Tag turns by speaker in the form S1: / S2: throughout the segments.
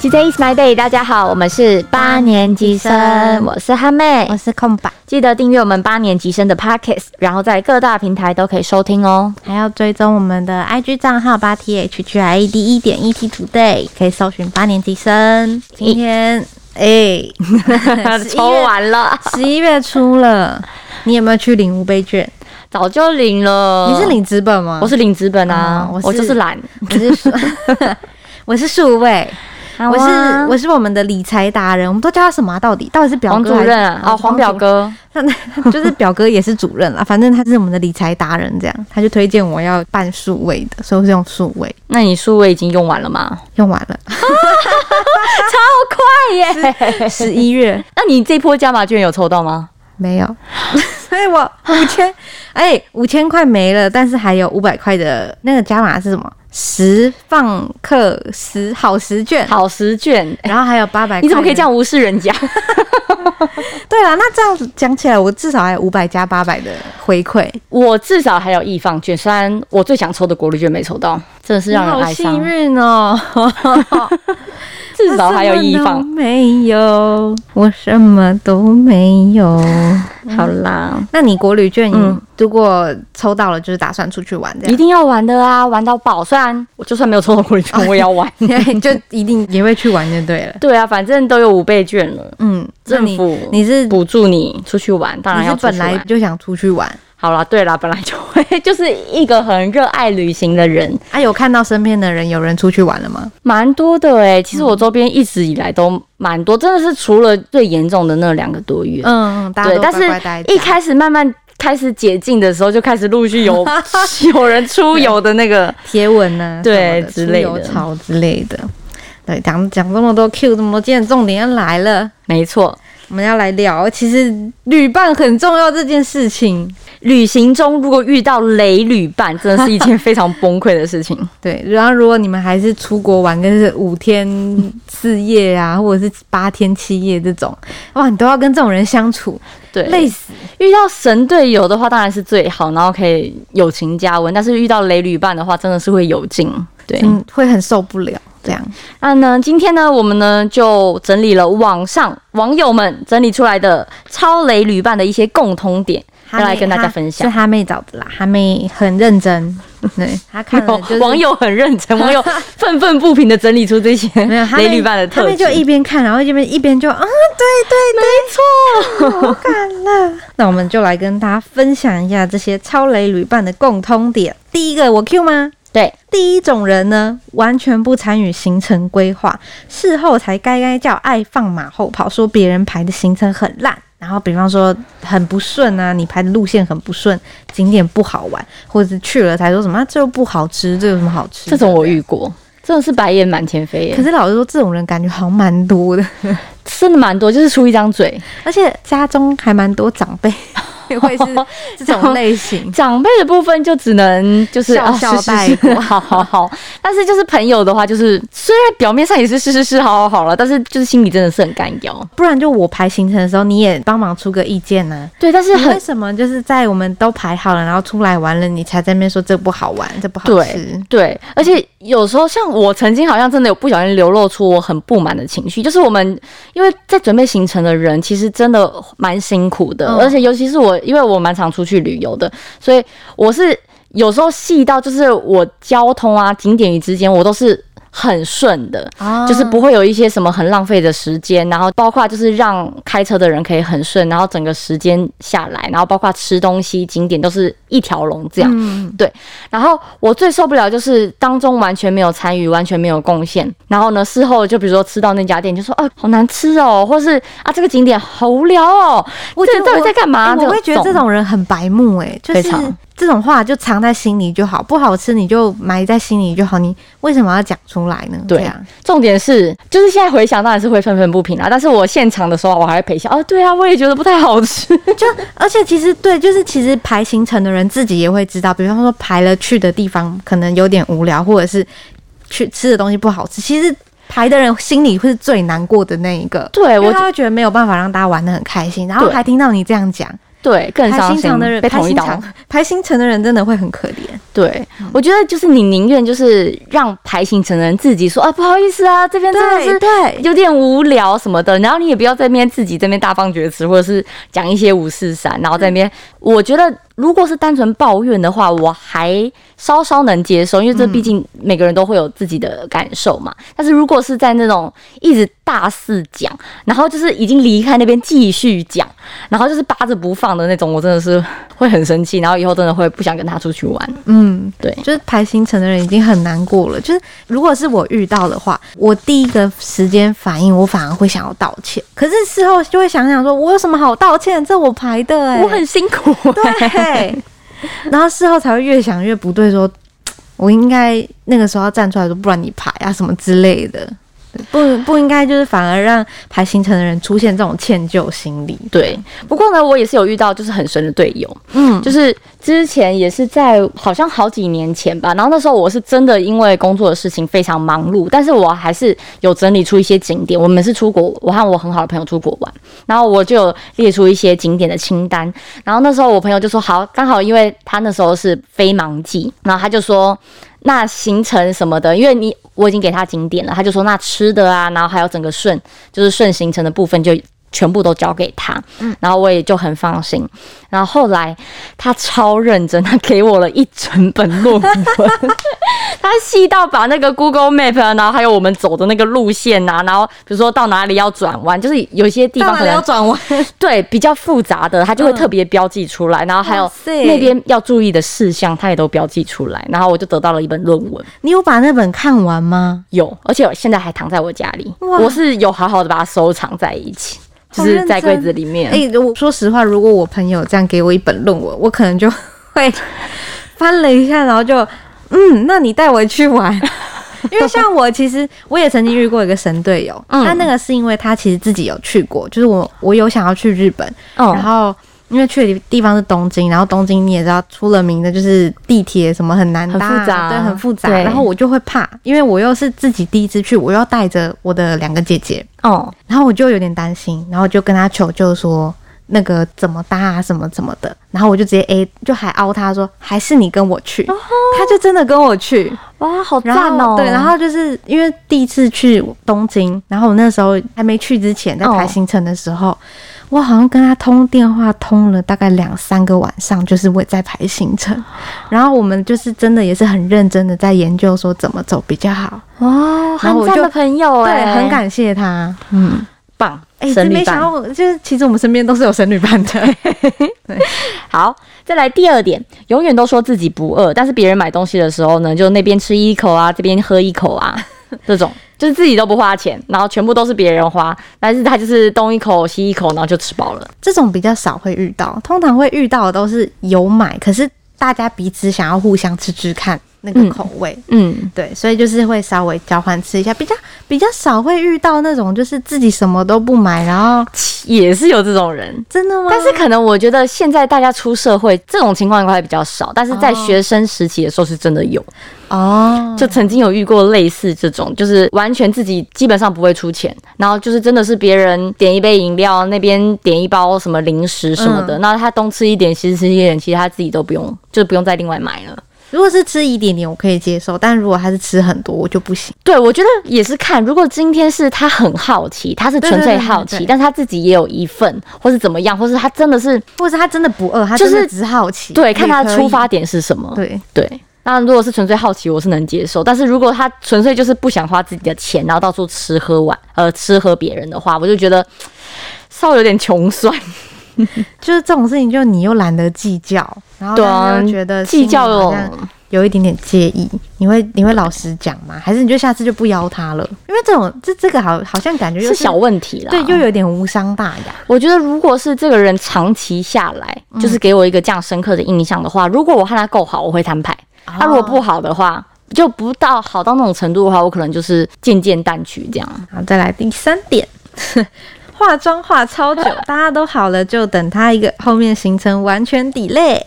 S1: Today is my day，大家好，我们是八年级生，我是哈妹
S2: 我，是空白，
S1: 记得订阅我们八年级生的 Podcast，然后在各大平台都可以收听 哦。
S2: 还要追踪我们的 IG 账号八 T H G I E D 一点 E T Today，可以搜寻八年级生。今天哎，
S1: 抽
S2: 啊
S1: 完了，
S2: 十一、月初了，你有没有去领五倍券？
S1: 早就领了。
S2: 呃你是？领资本吗？
S1: 我是领资本啊，
S2: 嗯
S1: 我
S2: 我是
S1: 就是懒。
S2: 我是数， 我是数位。我是我
S1: 我
S2: 是我们的理财达人，我们都叫他什么啊、到底到底是表
S1: 啊黄
S2: 哥
S1: 主
S2: 还是
S1: 任啊，哦，黄表，哥，
S2: 那 就是表哥也是主任啦，反正他是我们的理财达人，这样他就推荐我要办数位的，所以我是用数位，
S1: 那你数位已经用完了吗？
S2: 用完了。
S1: 超快耶！
S2: 十一月
S1: 那你这波加码券有抽到吗？
S2: 没有，所以我五千， 哎，五千块没了，但是还有五百块的那个加码是什么？十放课十好十卷，
S1: 好十卷，
S2: 然后还有八百。
S1: 你怎么可以这？样无视人家？
S2: 对啦，那这样子讲起来，我至少还有五百加八百的回馈，
S1: 我至少还有易放券，虽然我最想抽的国旅券没抽到，真的是让人
S2: 你
S1: 哀
S2: 好幸
S1: 伤。
S2: 运 哦！
S1: 至少还有易
S2: 我什么都
S1: 放，
S2: 没有，我什么都没有。
S1: 好啦，
S2: 那你国旅券，
S1: 嗯
S2: 你如果抽到了，就是打算出去玩这
S1: 一
S2: 样。
S1: 定要玩的啊，玩到爆！虽然我就算没有抽到国旅券，我也要玩。
S2: 就一定也会去玩就对了。
S1: 对啊，反正都有五倍券了，
S2: 嗯，那
S1: 政
S2: 你
S1: 府
S2: 你是
S1: 补助你出去玩，当然
S2: 你
S1: 要
S2: 是
S1: 出去
S2: 本来
S1: 玩。
S2: 就想出去玩
S1: 好啦，对啦，本来就会， 就是一个很热爱旅行的人，
S2: 啊？有看到身边的人有人出去玩了吗？
S1: 蛮多的哎、其实我周边一直以来都蛮多，真的是除了最严重的那两个多月，
S2: 嗯，嗯，大家
S1: 对，
S2: 都
S1: 但
S2: 乖乖待
S1: 是一
S2: 在家
S1: 开始慢慢开始解禁的时候，就开始陆续 有有人出游的那个，
S2: 贴文呢、啊，
S1: 对
S2: 什
S1: 之
S2: 么的
S1: 类
S2: 出游
S1: 的
S2: 潮之类的。对，讲讲这么多 Q 这么多，今天重点要来了，
S1: 没错。
S2: 我们要来聊，其实旅伴很重要这件事情。
S1: 旅行中如果遇到雷旅伴，真的是一件非常崩溃的事 情。
S2: 对，然后如果你们还是出国玩，跟是五天四夜啊，或者是八天七夜这种，哇，你都要跟这种人相处，
S1: 对，
S2: 累死。
S1: 遇到神队友的话，当然是最好，然后可以友情加温。但是遇到雷旅伴的话，真的是会有劲。对，
S2: 嗯，会很受不了这样。
S1: 那呢，今天呢，我们呢就整理了网上网友们整理出来的超雷旅伴的一些共通点，要
S2: 哈
S1: 来
S2: 妹
S1: 跟大家
S2: 哈
S1: 分享
S2: 是。哈妹找的啦，哈妹很认真，对，她看了嗯就是
S1: 哦网 友很认真，网友愤愤不平的整理出这些
S2: 没有哈
S1: 雷
S2: 妹
S1: 旅伴的
S2: 哈
S1: 特
S2: 妹就
S1: 质。
S2: 一边看，然后一边一边就啊， 对对对，没错，我敢了。啊那我们就来跟大家分享一下这些超雷旅伴的共通点。第一个，我 Q 吗？
S1: 对，
S2: 第一种人呢，完全不参与行程规划，事后才该该叫爱放马后炮，说别人排的行程很烂，然后比方说很不顺啊，你排的路线很不顺，景点不好玩，或者是去了才说什么、啊、这又不好吃，这有什么好吃的？
S1: 这种我遇过，真的是白眼满天飞
S2: 可
S1: 耶，
S2: 是老实说，这种人感觉好像蛮 多的，
S1: 真的蛮多，就是出一张嘴。
S2: 而且家中还蛮多长 辈会是这种类型。
S1: 长辈的部分就只能就是
S2: 笑
S1: 啊
S2: 笑
S1: 是是
S2: 带
S1: 是
S2: 过
S1: 好好好。但是就是朋友的话，就是虽然表面上也是是是是好好好了，但是就是心里真的是很干腰。
S2: 不然就我排行程的时候，你也帮忙出个意见呢、
S1: 对，但是
S2: 你为
S1: 很
S2: 什么就是在我们都排好了，然后出来玩了，你才在那边说这不好玩，这不好吃
S1: 对？对，而且有时候像我曾经好像真的有不小心流露出我很不满的情绪，就是我们因为在准备行程的人其实真的蛮辛苦的，
S2: 嗯
S1: 而且尤其是我，因为我蛮常出去旅游的，所以我是有时候细到就是我交通啊景点与之间我都是很顺的，
S2: 啊
S1: 就是不会有一些什么很浪费的时间，然后包括就是让开车的人可以很顺，然后整个时间下来，然后包括吃东西、景点都是一条龙这样。
S2: 嗯，
S1: 然后我最受不了就是当中完全没有参与，完全没有贡献。然后呢，事后就比如说吃到那家店，就说啊好难吃哦，或是啊这个景点好无聊哦，
S2: 我
S1: 这
S2: 觉
S1: 个
S2: 得
S1: 到底在干嘛？
S2: 哎我会觉得这种人很白目哎、就
S1: 非
S2: 是
S1: 常
S2: 这种话就藏在心里就好，不好吃你就埋在心里就好，你为什么要讲出来呢？
S1: 对
S2: 这样
S1: 重点是，就是现在回想当然是会愤愤不平啦，啊但是我现场的时候
S2: 嗯
S1: 我还会陪笑哦，对啊，我也觉得不太好吃。
S2: 就而且其实对，就是其实排行程的人自己也会知道，比方说排了去的地方可能有点无聊，或者是去吃的东西不好吃，其实排的人心里会是最难过的那一个。
S1: 对
S2: 因
S1: 我
S2: 为他会觉得没有办法让大家玩的很开心，然后
S1: 对
S2: 还听到你这样讲，
S1: 对，更
S2: 排
S1: 伤
S2: 新
S1: 心
S2: 场的人，
S1: 被
S2: 排
S1: 捅一
S2: 新
S1: 刀
S2: 场。排新城的人真的会很可怜。
S1: 对，
S2: 嗯
S1: 我觉得就是你宁愿就是让排行程的人自己说啊，不好意思啊，这边真的是
S2: 对，
S1: 有点无聊什么的，然后你也不要在那边自己这边大放厥词，或者是讲一些五四三，然后在那
S2: 嗯
S1: 边，我觉得如果是单纯抱怨的话，我还稍稍能接受，因为这毕竟每个人都会有自己的感受
S2: 嗯
S1: 嘛。但是如果是在那种一直大肆讲，然后就是已经离开那边继续讲，然后就是扒着不放的那种，我真的是会很生气，然后以后真的会不想跟他出去玩。
S2: 嗯，
S1: 对
S2: 就是排行程的人已经很难过了。就是如果是我遇到的话，我第一个时间反应，我反而会想要道歉。可是事后就会想想说，我有什么好道歉？这我排的、欸，
S1: 我很辛苦、
S2: 对。然后事后才会越想越不对说我应该那个时候要站出来说，不然你排啊什么之类的。对不不应该，就是反而让排行程的人出现这种歉疚心理。
S1: 对，不过呢，我也是有遇到就是很神的队友，
S2: 嗯，
S1: 就是之前也是在好像好几年前吧，然后那时候我是真的因为工作的事情非常忙碌，但是我还是有整理出一些景点。我们是出国，我和我很好的朋友出国玩，然后我就有列出一些景点的清单。然后那时候我朋友就说好，刚好因为他那时候是非忙季，然后他就说。那行程什么的，因为你我已经给他景点了，他就说那吃的啊，然后还有整个顺就是顺行程的部分就全部都交给他，
S2: 嗯
S1: 然后我也就很放心。然后后来他超认真，他给我了一整本论文， 他细到把那个 Google Map，啊，然后还有我们走的那个路线啊，然后比如说到哪里要转弯，就是有一些地
S2: 到
S1: 方
S2: 哪
S1: 可
S2: 里要
S1: 能
S2: 转弯？
S1: 对比较复杂的，他就会特别标记出来，然后还有
S2: 嗯哇塞
S1: 那边要注意的事项，他也都标记出来，然后我就得到了一本论文，
S2: 你有把那本看完吗？
S1: 有，而且我现在还躺在我家里，
S2: 哇
S1: 我是有好好的把它收藏在一起，就
S2: 好
S1: 是
S2: 认
S1: 在柜
S2: 真
S1: 子里面。
S2: 哎、我说实话，如果我朋友这样给我一本论文，我可能就 会翻了一下，然后就嗯，那你带我去玩。 因为像我，其实我也曾经遇过一个神队友，
S1: 嗯
S2: 他那个是因为他其实自己有去过，就是我我有想要去日本，然
S1: 嗯，
S2: 后因为去的地方是东京，然后东京你也知道出了名的就是地铁什么很难搭，
S1: 很复杂
S2: 对，很复杂。
S1: 对
S2: 然后我就会怕，因为我又是自己第一次去，我又要带着我的两个姐姐，
S1: 哦，
S2: 然后我就有点担心，然后我就跟他求救说那个怎么搭啊什么怎么的，然后我就直接 A 就还凹他说还是你跟我去，他就真的跟我去，
S1: 哦哇，好
S2: 然
S1: 赞哦！
S2: 后对，然后就是因为第一次去东京，然后我那时候还没去之前，在排
S1: 哦
S2: 行程的时候，我好像跟他通电话通了大概两三个晚上，就是我在排行 程，然后我们就是真的也是很认真的在研究说怎么走比较好，
S1: 哇，
S2: 然后
S1: 很
S2: 我
S1: 赞
S2: 就
S1: 的朋友哎、
S2: 对，很感谢他，嗯。
S1: 棒，
S2: 哎、真
S1: 神
S2: 没
S1: 旅
S2: 想
S1: 伴。
S2: 到，就是其实我们身边都是有神女伴的。
S1: 好，再来第二点，永远都说自己不饿，但是别人买东西的时候呢，就那边吃一口啊，这边喝一口啊，这种就是自己都不花钱，然后全部都是别人花，但是他就是东一口西一口，然后就吃饱了。
S2: 这种比较少会遇到，通常会遇到的都是有买，可是大家彼此想要互相吃吃看那个
S1: 嗯
S2: 口味。
S1: 嗯，
S2: 对，所以就是会稍微交换吃一下，比较比较少会遇到那种就是自己什么都不买，然后
S1: 也是有这种人。
S2: 真的吗？
S1: 但是可能我觉得现在大家出社会这种情况应该会比较少，但是在
S2: 哦
S1: 学生时期的时候是真的有。
S2: 哦，
S1: 就曾经有遇过类似这种，就是完全自己基本上不会出钱，然后就是真的是别人点一杯饮料，那边点一包什么零食什么的，那他东吃一点，西吃一点，其实他自己都不用，就是不用再另外买了。
S2: 如果是吃一点点我可以接受，但如果他是吃很多我就不行。
S1: 对，我觉得也是看，如果今天是他很好奇，他是纯粹好
S2: 对对对对
S1: 奇，
S2: 对
S1: 但是他自己也有一份，或是怎么样，或是他真的是
S2: 或者是他真的不饿，他
S1: 就是
S2: 真的只好奇，
S1: 对，看他
S2: 也
S1: 的
S2: 可以
S1: 出发点是什么。
S2: 对。
S1: 对，那如果是纯粹好奇，我是能接受。但是如果他纯粹就是不想花自己的钱，然后到处吃喝玩，呃，吃喝别人的话，我就觉得嘖稍微有点穷 酸。
S2: 就是这种事情，就你又懒得计较，然后
S1: 对啊
S2: 大家又觉得
S1: 计较
S2: 心里好
S1: 有
S2: 像有一点点介意，你会你会老实讲吗？还是你就下次就不邀他了？因为这种这这个好好像感觉又
S1: 是小啊问题啦。
S2: 对，又有点无伤大雅。
S1: 我觉得如果是这个人长期下来，
S2: 嗯
S1: 就是给我一个这样深刻的印象的话，如果我和他够好，我会摊牌；
S2: 哦
S1: 他、如果不好的话，就不到好到那种程度的话，我可能就是渐渐淡去这样。
S2: 好，再来第三点，化妆化超久，大家都好了，就等他一个后面行程完全 delay。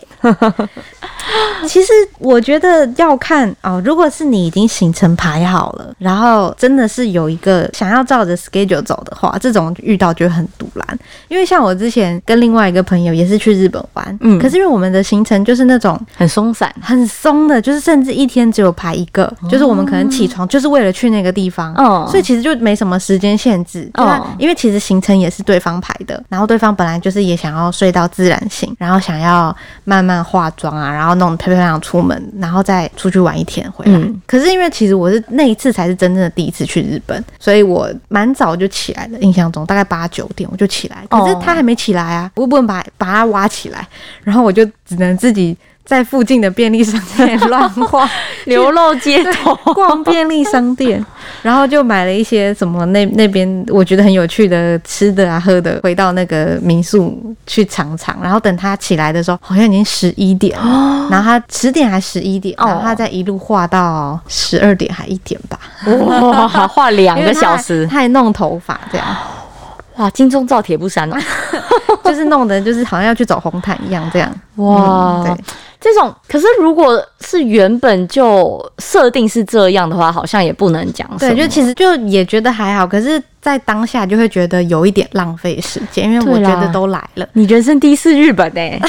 S2: 其实我觉得要看哦，如果是你已经行程排好了，然后真的是有一个想要照着 schedule 走的话，这种遇到就会很堵然。因为像我之前跟另外一个朋友也是去日本玩，
S1: 嗯
S2: 可是因为我们的行程就是那种
S1: 很松散。
S2: 很松的，就是甚至一天只有排一个，就是我们可能起床就是为了去那个地方，
S1: 嗯
S2: 所以其实就没什么时间限制。
S1: 嗯
S2: 对啊，因为其实行程也是对方排的，然后对方本来就是也想要睡到自然醒，然后想要慢慢化妆啊，然后弄得漂漂亮亮出门，然后再出去玩一天回来。
S1: 嗯
S2: 可是因为其实我是那一次才是真正的第一次去日本，所以我蛮早就起来了，印象中大概八九点我就起来，可是
S1: 哦
S2: 他还没起来啊，我不能把把他挖起来，然后我就只能自己在附近的便利商店乱晃，
S1: 流落街头，
S2: 逛便利商 店，然后就买了一些什么那那边我觉得很有趣的吃的啊喝的，回到那个民宿去尝尝。然后等他起来的时候，好像已经十一点了，然后他十点还十一点，
S1: 哦
S2: 然后他再一路画到十二点还一点吧，
S1: 哇，画两
S2: 因
S1: 个
S2: 为他
S1: 小
S2: 还
S1: 时，
S2: 他还弄头发 这样，
S1: 哇，金钟罩铁布衫哦，
S2: 就是弄的就是好像要去走红毯一样这样。
S1: 哇，
S2: 嗯对
S1: 这种可是如果是原本就设定是这样的话，好像也不能讲哦什么。
S2: 对，就其实就也觉得还好，可是，在当下就会觉得有一点浪费时间，因为我
S1: 对啦
S2: 觉得都来了。
S1: 你人生第一次日本呢、欸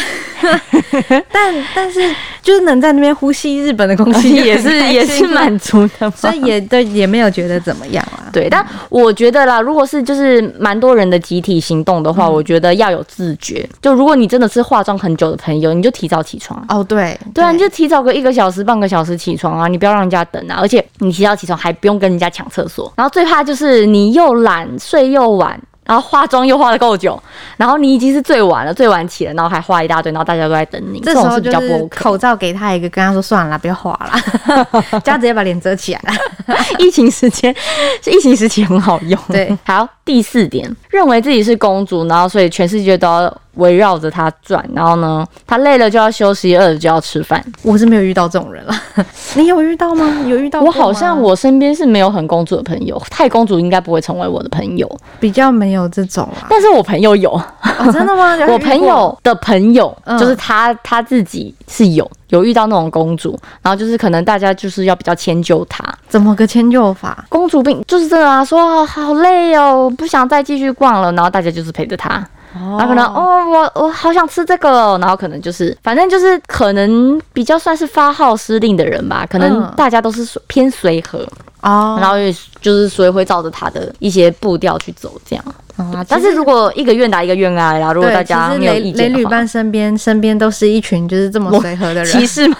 S2: 但但是就是能在那边呼吸日本的空气，
S1: 也是也是， 满足的嘛，
S2: 所以也对也没有觉得怎么样啊。
S1: 对，但我觉得啦，如果是就是蛮多人的集体行动的话，我觉得要有自觉。就如果你真的是化妆很久的朋友，你就提早起床啊。
S2: 哦，对
S1: 对啊，你就提早个一个小时、半个小时起床啊，你不要让人家等啊。而且你提早起床还不用跟人家抢厕所，然后最怕就是你又懒、睡又晚，然后化妆又化的够久，然后你已经是最晚了、最晚起了，然后还化一大堆，然后大家都在等你，
S2: 这
S1: 这
S2: 时
S1: 种
S2: 候
S1: 是比
S2: 就
S1: 较不
S2: 是
S1: OK。
S2: 口罩给他一个，跟他说算了啦，不要画了， 叫他直接把脸遮起来啦。
S1: 疫情时间，疫情时期很好用。
S2: 对，
S1: 好，第四点，认为自己是公主，然后所以全世界都要围绕着她转，然后呢，她累了就要休息，饿了就要吃饭。
S2: 我是没有遇到这种人了， 你有遇到吗？有遇到过
S1: 我
S2: 吗？
S1: 好像我身边是没有很公主的朋友，太公主应该不会成为我的朋友，
S2: 比较没有这种啊。
S1: 但是我朋友有，
S2: 哦， 真的 吗？啊有遇过
S1: 我朋友的朋友，
S2: 嗯
S1: 就是他他自己是有有遇到那种公主，然后就是可能大家就是要比较迁就她，
S2: 怎么个迁就法？
S1: 公主病就是这个啊，说哦好累哦，不想再继续逛了，然后大家就是陪着她。
S2: 然
S1: 然后可能哦，我我好想吃这个哦，然后可能就是，反正就是可能比较算是发号施令的人吧，可能
S2: 嗯
S1: 大家都是随偏随和，
S2: 哦，
S1: 然后也就是所以会照着他的一些步调去走这样。
S2: 后
S1: 但是如果一个愿打一个愿挨啦，如果
S2: 哦对，
S1: 大家
S2: 其实
S1: 没有
S2: 雷
S1: 意
S2: 雷
S1: 见
S2: 旅
S1: 的话，
S2: 伴身边身边都是一群就是这么
S1: 我
S2: 随和的人，
S1: 歧视 吗？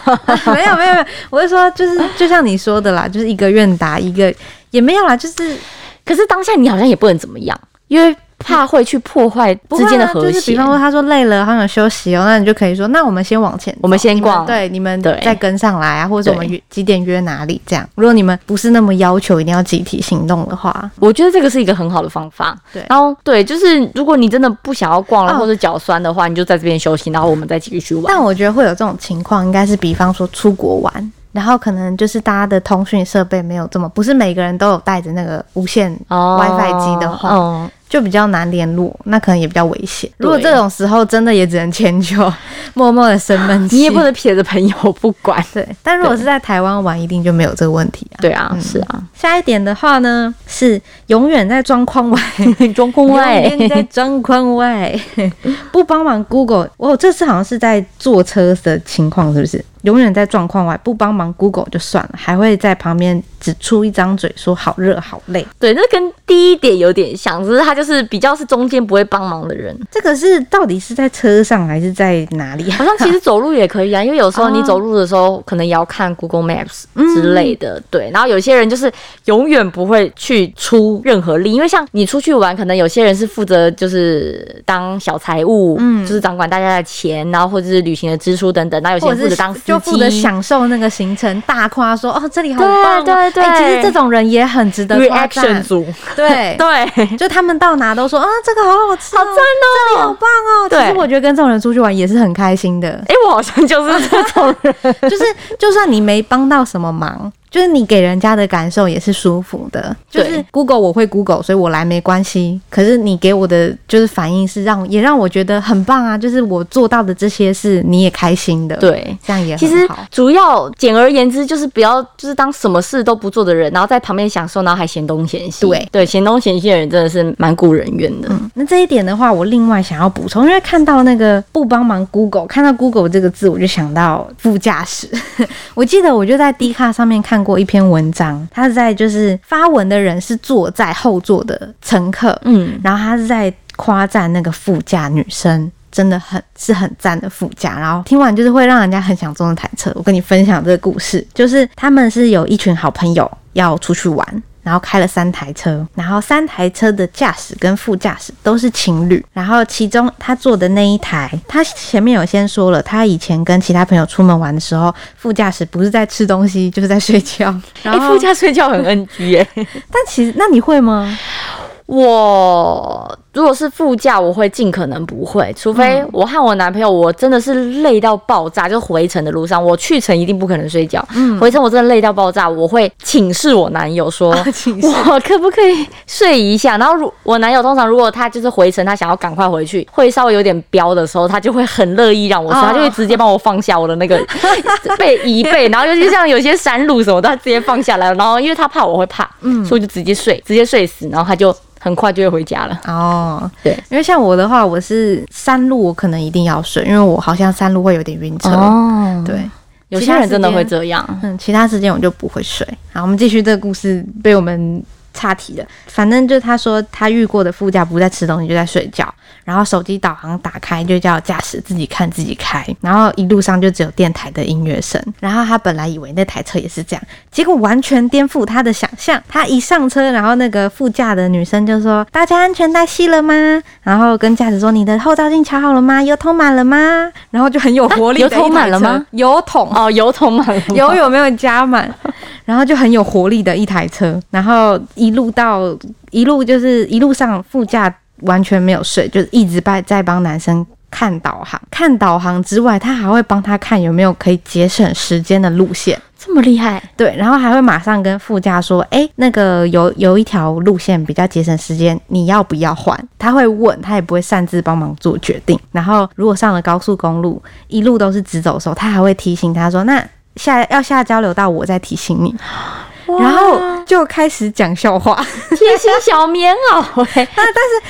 S2: 没有没有没有，我是说，就是就像你说的啦，就是一个愿打一个也没有啦，就是
S1: 可是当下你好像也不能怎么样，因为怕会去破坏
S2: 不会
S1: 之
S2: 啊
S1: 间的和
S2: 就是
S1: 谐
S2: 比。方说，他说累了，好想休息哦，那你就可以说，那我们先往前走，
S1: 我们先
S2: 你们
S1: 逛
S2: 对，你们
S1: 对
S2: 再跟上来啊，或者
S1: 对
S2: 我们约几点约哪里这样。如果你们不是那么要求一定要集体行动的话，
S1: 我觉得这个是一个很好的方法。
S2: 对
S1: 然后对，就是如果你真的不想要逛了，
S2: 哦
S1: 或者脚酸的话，你就在这边休息，然后我们再继续去玩。
S2: 但我觉得会有这种情况，应该是比方说出国玩。然后可能就是大家的通讯设备没有这么，不是每个人都有带着那个无线
S1: 哦
S2: WiFi 机的话
S1: 嗯，
S2: 就比较难联络，那可能也比较危险。如果
S1: 对
S2: 这种时候真的也只能迁就， 默默的生闷气。
S1: 你也不能撇着朋友不管。
S2: 对，但如果是在台湾玩，一定就没有这个问题啊。
S1: 对啊，
S2: 嗯
S1: 是啊，
S2: 下一点的话呢，是永远在状况 外，
S1: 中空
S2: 永
S1: 外
S2: 远在状况外， 不帮忙 Google。哦，这次好像是在坐车的情况，是不是？永远在状况外，不帮忙 Google 就算了，还会在旁边只出一张嘴说好热好累。
S1: 对，这跟第一点有点像，只是他就是比较是中间不会帮忙的人。
S2: 这个是到底是在车上还是在哪里啊？
S1: 好像其实走路也可以啊，因为有时候你
S2: 哦嗯
S1: 走路的时候，可能也要看 Google Maps 之类的。对，然后有些人就是永远不会去出任何力，因为像你出去玩，可能有些人是负责就是当小财务，
S2: 嗯
S1: 就是掌管大家的钱，然后或者是旅行的支出等等。那有些
S2: 或
S1: 人负
S2: 者
S1: 责
S2: 是
S1: 当司
S2: 就负责
S1: 机。
S2: 享受那个行程，大夸说哦这里好棒、哦，
S1: 对对对
S2: 哎其实这种人也很值得夸赞
S1: reaction 组，
S2: 对。
S1: 对，
S2: 就他们到哪都说啊，这个好好吃、哦，
S1: 好赞哦
S2: 这里好棒哦。其
S1: 对
S2: 实我觉得跟这种人出去玩也
S1: ，
S2: 是很开心的
S1: 哎，我好像就是这种人，
S2: 就是就算你没帮到什么忙，就是你给人家的感受也是舒服的。就
S1: 对
S2: 是 Google 我会 Google，所以我来没关系。可是你给我的就是反应是让也让我觉得很棒啊，就是我做到的这些事你也开心的，，
S1: 对，
S2: 这样也
S1: 其实
S2: 很好。
S1: 主要简而言之就是不要就是当什么事都不做的人，然后在旁边享受，然后还嫌东嫌西。
S2: 对
S1: 对，嫌东嫌西的人真的是蛮古人怨的。
S2: 嗯，那这一点的话，我另外想要补充，因为看到那个不帮忙 Google，看到 Google 这个字，我就想到副驾驶。 我记得我就在 D 卡上面看过一篇文章，他是在就是发文的人是坐在后座的乘客，
S1: 嗯，
S2: 然后他是在夸赞那个副驾女生。真的很是很赞的副驾，然后听完就是会让人家很想坐那台车。我跟你分享这个故事，就是他们是有一群好朋友要出去玩，然后开了三台车，然后三台车的驾驶跟副驾驶都是情侣，然后其中他坐的那一台，他前面有先说了，他以前跟其他朋友出门玩的时候，副驾驶不是在吃东西就是在睡觉，然
S1: 哎、
S2: 后、
S1: 副，驾睡觉很 NG 耶、
S2: 但其实那你会吗？
S1: 我如果是副驾，我会尽可能不会，除非我和我男朋友，我真的是累到爆炸，就回程的路上，我去程一定不可能睡觉，
S2: 嗯
S1: 回程我真的累到爆炸，我会请示我男友说，
S2: 请示
S1: 我可不可以睡一下？然后如我男友通常如果他就是回程，他想要赶快回去，会稍微有点飙的时候，他就会很乐意让我睡，
S2: 哦
S1: 他就会直接帮我放下我的那 个背椅背，然后尤其像有些山路什么的，他直接放下来，然后因为他怕我会怕，所以我就直接睡，直接睡死，然后他就很快就会回家了。
S2: 哦，
S1: 对，
S2: 因为像我的话，我是山路，我可能一定要睡，因为我好像山路会有点晕车。
S1: 哦，
S2: 对，
S1: 有
S2: 其
S1: 些
S2: 他
S1: 人
S2: 时
S1: 真的会
S2: 间
S1: 这样。
S2: 嗯，其他时间我就不会睡。好，我们继续这个故事被我们岔题了。反正就他说他遇过的副驾不在吃东西就在睡觉，然后手机导航打开就叫驾驶自己看自己开，然后一路上就只有电台的音乐声。然后他本来以为那台车也是这样，结果完全颠覆他的想象。他一上车，然后那个副驾的女生就说：“大家安全带系了吗？”然后跟驾驶说：“你的后照镜调好了吗？油桶满了吗？”然后就很有活力、
S1: 啊油桶满了吗？
S2: 油桶
S1: 哦，油桶满了，
S2: 油有没有加满？然后就很有活力的一台车，然后一路到一路就是一路上副驾完全没有睡，就是一直在在帮男生看导航。看导航之外，他还会帮他看有没有可以节省时间的路线。
S1: 这么厉害，
S2: 对，然后还会马上跟副驾说：“哎，那个有有一条路线比较节省时间，你要不要换？”他会问，他也不会擅自帮忙做决定。然后如果上了高速公路，一路都是直走的时候，他还会提醒他说：“那下要下交流道，我再提醒你。”然后就开始讲笑话。
S1: 贴心小棉袄、 欸，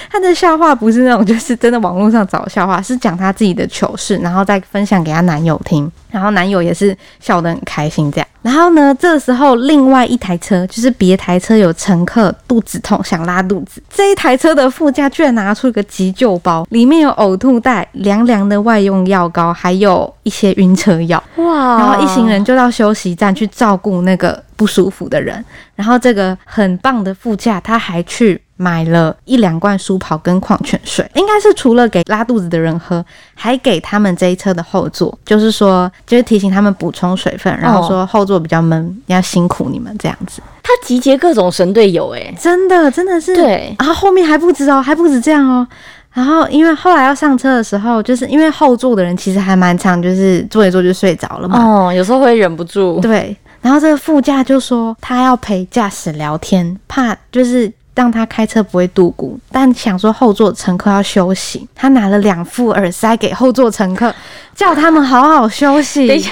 S2: 他的笑话不是那种，就是真的网络上找笑话，是讲他自己的糗事，然后再分享给她男友听，然后男友也是笑得很开心这样。然后呢，这时候另外一台车，就是别台车有乘客肚子痛想拉肚子，这一台车的副驾居然拿出一个急救包，里面有呕吐袋、凉凉的外用药膏，还有一些晕车药。
S1: 哇
S2: 然后一行人就到休息站去照顾那个不舒服的人。然后这个很棒的副驾，他还去买了一两罐舒跑跟矿泉水，应该是除了给拉肚子的人喝，还给他们这一车的后座，就是说，就是提醒他们补充水分，然后说后座比较闷，要辛苦你们这样子。
S1: 他集结各种神队友、欸，
S2: 真的，真的是
S1: 对
S2: 然后后面还不止哦，还不止这样哦。然后因为后来要上车的时候，就是因为后座的人其实还蛮常，就是坐一坐就睡着了嘛。
S1: 哦，有时候会忍不住。
S2: 对，然后这个副驾就说他要陪驾驶聊天，怕就是让他开车不会度孤，但想说后座乘客要休息，他拿了两副耳塞给后座乘 客，叫他们好好休息。
S1: 等一下，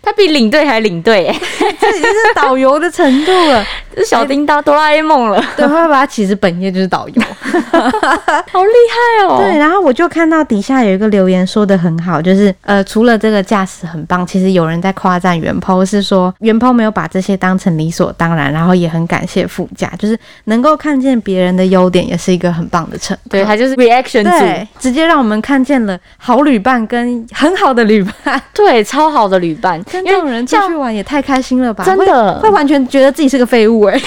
S1: 他比领队还领 队、欸，
S2: 这已经是导游的程度了。
S1: 这小叮当哆啦 A 梦了，
S2: 对，爸爸其实本业就是导游。
S1: 好厉害哦！
S2: 对，然后我就看到底下有一个留言说的很好，就是呃，除了这个驾驶很棒，其实有人在夸赞袁抛，是说袁抛没有把这些当成理所当然，然后也很感谢副驾，就是能够看见别人的优点，也是一个很棒的成功。
S1: 对，他就是 reaction 组，
S2: 对，直接让我们看见了好旅伴跟很好的旅伴，
S1: 对，超好的旅伴，
S2: 跟
S1: 因
S2: 这
S1: 为
S2: 种人出
S1: 这样
S2: 去玩也太开心了吧！
S1: 真
S2: 会
S1: 的
S2: 会完全觉得自己是个废物哎、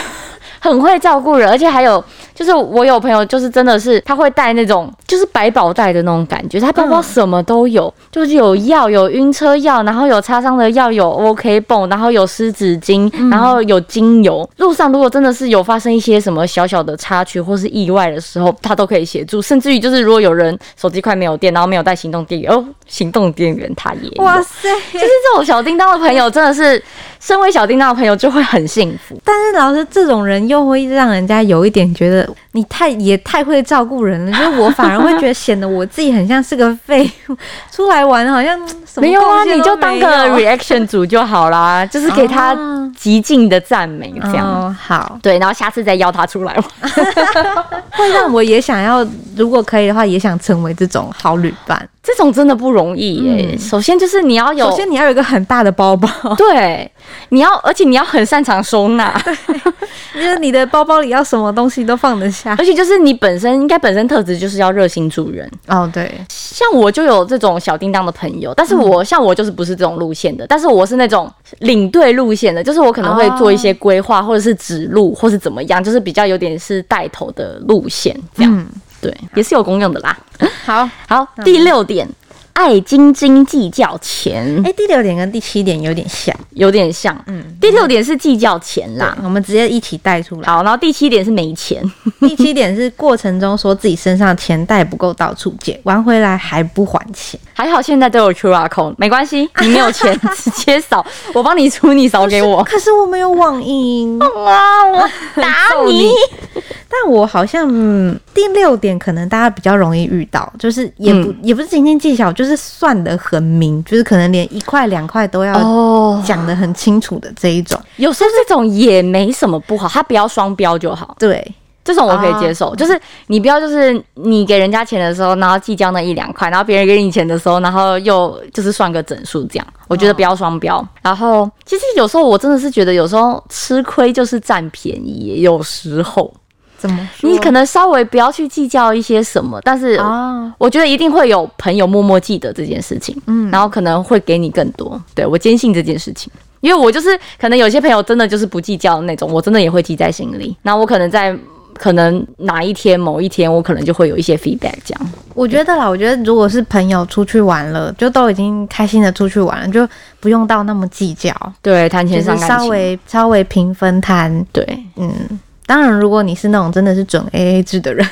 S1: 很会照顾人，而且还有就是我有朋友，就是真的是他会带那种就是百宝袋的那种感觉，他包包什么都有，就是有药，有晕车药，然后有擦伤的药，有 OK 泵，然后有湿纸巾，然后有精油。路上如果真的是有发生一些什么小小的插曲或是意外的时候，他都可以协助，甚至于就是如果有人手机快没有电，然后没有带行动电源，哦，行动电源他也有。
S2: 哇塞！
S1: 就是这种小叮当的朋友，真的是身为小叮当的朋友就会很幸福。
S2: 但是老师这种人又会让人家有一点觉得你太也太会照顾 人了，就是我反而会觉得显得我自己很像是个废物，出来玩好像什么
S1: 没有啊，
S2: 贡献
S1: 你
S2: 都
S1: 就当
S2: 没
S1: 个
S2: 有
S1: reaction 组就好 啦，就是给他
S2: 哦
S1: 极尽的赞美这样。
S2: 哦，好，
S1: 对，然后下次再邀他出来玩。
S2: 会让我也想要，如果可以的话，也想成为这种好旅伴。
S1: 这种真的不容易耶、
S2: 嗯
S1: 首先就是你要有，
S2: 首先你要有一个很大 的包包，
S1: 对，你要，而且你要很擅长收 纳，
S2: 就是你的包包里要什么东西都放得下。
S1: 而且就是你本身应该本身特质就是要热心助人。
S2: 哦，对，
S1: 像我就有这种小叮当的朋友，但是我、像我就是不是这种路线的，但是我是那种领队路线的，就是我可能会做一些规划，或者是指路，或是怎么样，就是比较有点是带头的路线这样。
S2: 嗯，
S1: 对，也是有功用的啦。
S2: 好。
S1: 好，
S2: 那
S1: 第六点，爱斤斤计较钱，
S2: 哎、第六点跟第七点有点像，
S1: 有点像。
S2: 嗯，
S1: 第六点是计较钱啦。
S2: 我们直接一起带出来。
S1: 好，然后第七点是没钱，
S2: 第七点是过程中说自己身上钱袋不够到处借，玩回来还不还钱，
S1: 还好现在都有 QR code，没关系，你没有钱 直接扫，我帮你出，你扫给 我。
S2: 可是我没有网银，
S1: 哦哇，我 打
S2: 揍
S1: 你
S2: 你！但我好像、嗯、第六点可能大家比较容易遇到，就是也
S1: 嗯
S2: 不、也不是斤斤计较，就是算得很明，就是可能连一块两块都要
S1: 哦，
S2: 讲得很清楚的这一种。
S1: 有时候这种也没什么不好，他不要双标就好，
S2: 对，
S1: 这种我可以接受。就是你不要就是你给人家钱的时候，然后计较那一两块，然后别人给你钱的时候，然后又就是算个整数这样，我觉得不要双标。然后其实有时候我真的是觉得，有时候吃亏就是占便宜，有时候
S2: 怎么说？
S1: 你可能稍微不要去计较一些什么，但是
S2: 哦，
S1: 我觉得一定会有朋友默默记得这件事情，嗯，然后可能会给你更多。对我坚信这件事情，因为我就是可能有些朋友真的就是不计较的那种，我真的也会记在心里。那我可能在可能哪一天某一天，我可能就会有一些 feedback 这样。
S2: 我觉得啦，我觉得如果是朋友出去玩了，就都已经开心的出去玩了，就不用到那么计较，
S1: 对，谈
S2: 就
S1: 钱
S2: 是
S1: 伤感
S2: 稍
S1: 情，
S2: 微稍微平分摊，
S1: 对，
S2: 嗯，当然，如果你是那种真的是准 A A 制的 人，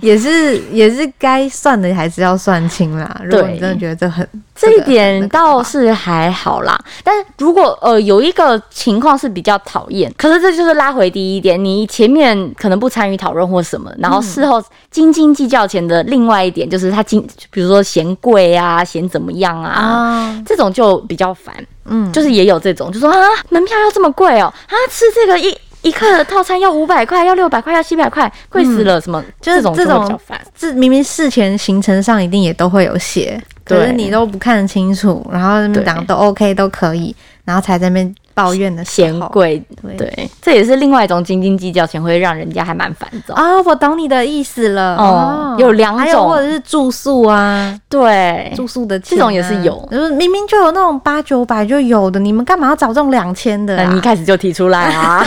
S2: 也是也是该算的还是要算清啦。如果你真的觉得这很
S1: 这一
S2: 个
S1: 点倒是还好啦，但是如果呃有一个情况是比较讨厌，可是这就是拉回第一点，你前面可能不参与讨论或什么，
S2: 嗯
S1: 然后事后斤斤计较前的另外一点就是他斤，比如说嫌贵啊，嫌怎么样啊，
S2: 啊，
S1: 这种就比较烦，
S2: 嗯，
S1: 就是也有这种，就说啊门票要这么贵哦，啊吃这个一一克的套餐要五百块，要六百块，要七百块，贵死了，什么
S2: 嗯就是
S1: 这种
S2: 这
S1: 就会
S2: 种
S1: 比较烦。
S2: 这明明事前行程上一定也都会有写，可是
S1: 对
S2: 你都不看清楚，然后
S1: 对
S2: 讲都 OK 都可以，然后才在那边抱怨的时候
S1: 嫌贵，
S2: 对
S1: 对，这也是另外一种斤斤计较钱，会让人家还蛮烦躁。
S2: 哦，我懂你的意思了。
S1: 哦
S2: 哦，
S1: 有两
S2: 还有
S1: 种
S2: 或者是住宿啊，
S1: 对，
S2: 住宿的、啊
S1: 这种也是有，
S2: 就是明明就有那种八九百就有的，你们干嘛要找这种两千的、
S1: 那
S2: 啊？
S1: 你一开始就提出来 啊，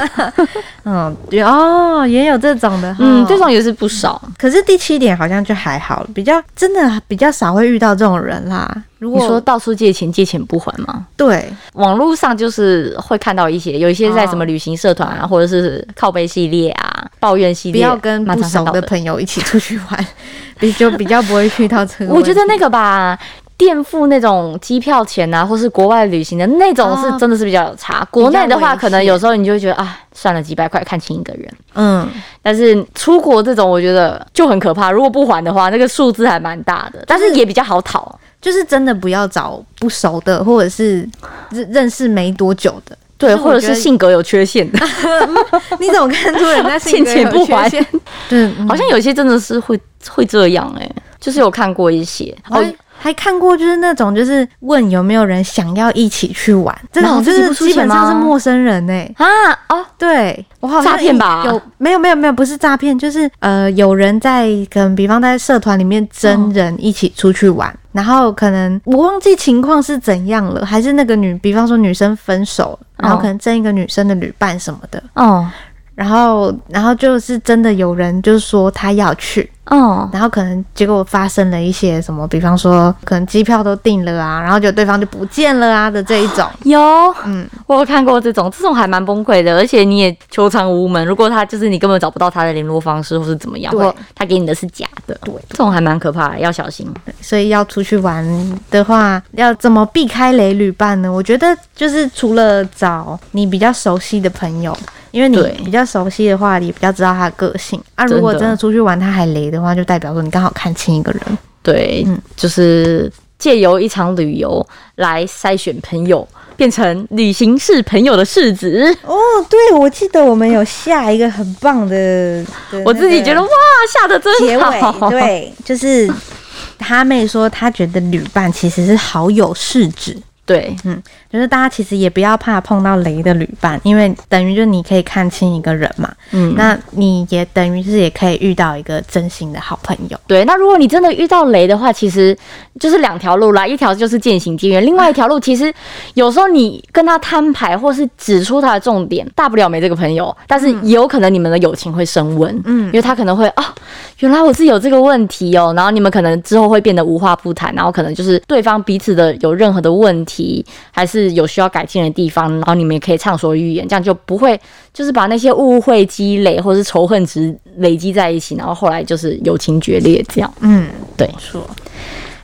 S2: 嗯，有哦，也有这种的，
S1: 嗯，这
S2: 种。
S1: 种也是不少。
S2: 可是第七点好像就还好，比较真的比较少会遇到这种人啦。如
S1: 你
S2: 果
S1: 说到处借钱，借钱不还吗？
S2: 对，
S1: 网络上就是会看到一些，有一些在什么旅行社团啊，或者是靠背系列啊、抱怨系
S2: 不
S1: 列，
S2: 要跟
S1: 蛮
S2: 不
S1: 常看
S2: 熟
S1: 到
S2: 的朋友一起出去玩， 比就比较不会遇到这个问题。
S1: 我觉得那个吧。垫付那种机票钱啊，或是国外旅行的那种是
S2: 哦
S1: 真的是比较有差。国内的话，
S2: 危
S1: 可能
S2: 险
S1: 有时候你就会觉得啊，算了，几百块看清一个人。
S2: 嗯，
S1: 但是出国这种，我觉得就很可怕。如果不还的话，那个数字还蛮大的，但是也比较好讨。
S2: 就是真的不要找不熟的，或者是认认识没多久的。
S1: 对，
S2: 就是我
S1: 或者
S2: 觉
S1: 是
S2: 得
S1: 性格有缺 陷的，
S2: 你怎么看出人家性 格
S1: 欠钱不
S2: 有
S1: 还
S2: 缺陷？对，嗯
S1: 好像有些真的是会会这样哎、就是有看过一些
S2: 我
S1: 哦，
S2: 还还看过，就是那种就是问有没有人想要一起去玩，这
S1: 然后
S2: 种就
S1: 自己
S2: 是
S1: 不出
S2: 基
S1: 钱
S2: 本上是
S1: 吗
S2: 陌生人哎、
S1: 啊哦，
S2: 对我好像
S1: 诈骗吧
S2: 有没有没有没有不是诈骗，就是呃有人在可能比方在社团里面真人一起出去玩，然后可能我忘记情况是怎样了，还是那个女比方说女生分手了，然后可能争一个女生的旅伴什么的，
S1: 哦，
S2: 然后然后就是真的有人就是说他要去，
S1: 哦，
S2: 然后可能结果发生了一些什么，比方说可能机票都订了啊，然后就对方就不见了啊的这一种，
S1: 有，
S2: 嗯，
S1: 我有看过这种，这种还蛮崩溃的，而且你也求偿无门。如果他就是你根本找不到他的联络方式，或是怎么样，
S2: 对
S1: 或他给你的是假的，
S2: 对，
S1: 这种还蛮可怕的，要小心。
S2: 所以要出去玩的话，要怎么避开雷旅伴呢？我觉得就是除了找你比较熟悉的朋友，因为你
S1: 对
S2: 比较熟悉的话，你比较知道他的个性啊。如果
S1: 真的
S2: 真的出去玩他还雷的话，就代表说你刚好看清一个人。
S1: 对，
S2: 嗯
S1: 就是借由一场旅游来筛选朋友，变成旅行是朋友的世子。
S2: 哦，对，我记得我们有下一个很棒的，
S1: 我自己觉得哇，下的
S2: 结
S1: 真
S2: 尾
S1: 好。，
S2: 对，就是哈妹说她觉得旅伴其实是好友试纸。
S1: 对
S2: 嗯
S1: 嗯
S2: 就是大家其实也不要怕碰到雷的旅伴，因为等于就是你可以看清一个人嘛，
S1: 嗯，那
S2: 那你也等于是也可以遇到一个真心的好朋友。
S1: 对，那如果你真的遇到雷的话，其实就是两条路啦，一条就是渐行渐远，另外一条路其实有时候你跟他摊牌或是指出他的重点，大不了没这个朋友，但是也有可能你们的友情会升温，
S2: 嗯
S1: 因为他可能会哦，原来我是有这个问题哦，然后你们可能之后会变得无话不谈，然后可能就是对方彼此的有任何的问题，还是有需要改进的地方，然后你们也可以畅所欲言，这样就不会就是把那些误会积累或是仇恨值累积在一起，然后后来就是友情决裂这样。
S2: 嗯，
S1: 对
S2: 说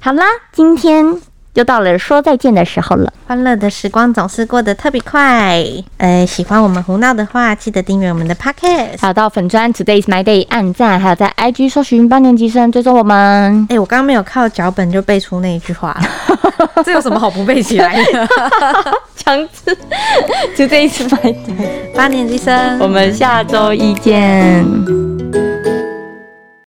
S1: 好啦，今天又到了说再见的时候了，
S2: 欢乐的时光总是过得特别快。呃，喜欢我们胡闹的话，记得订阅我们的 podcast。
S1: 还有到粉砖 Today is my day 按赞，还有在 IG 搜寻八年级生追踪我们。
S2: 哎、我刚刚没有靠脚本就背出那一句话了， 这有什么好不背起来 的？
S1: 强制 Today is my day，
S2: 八年级生，
S1: 我们下周一见。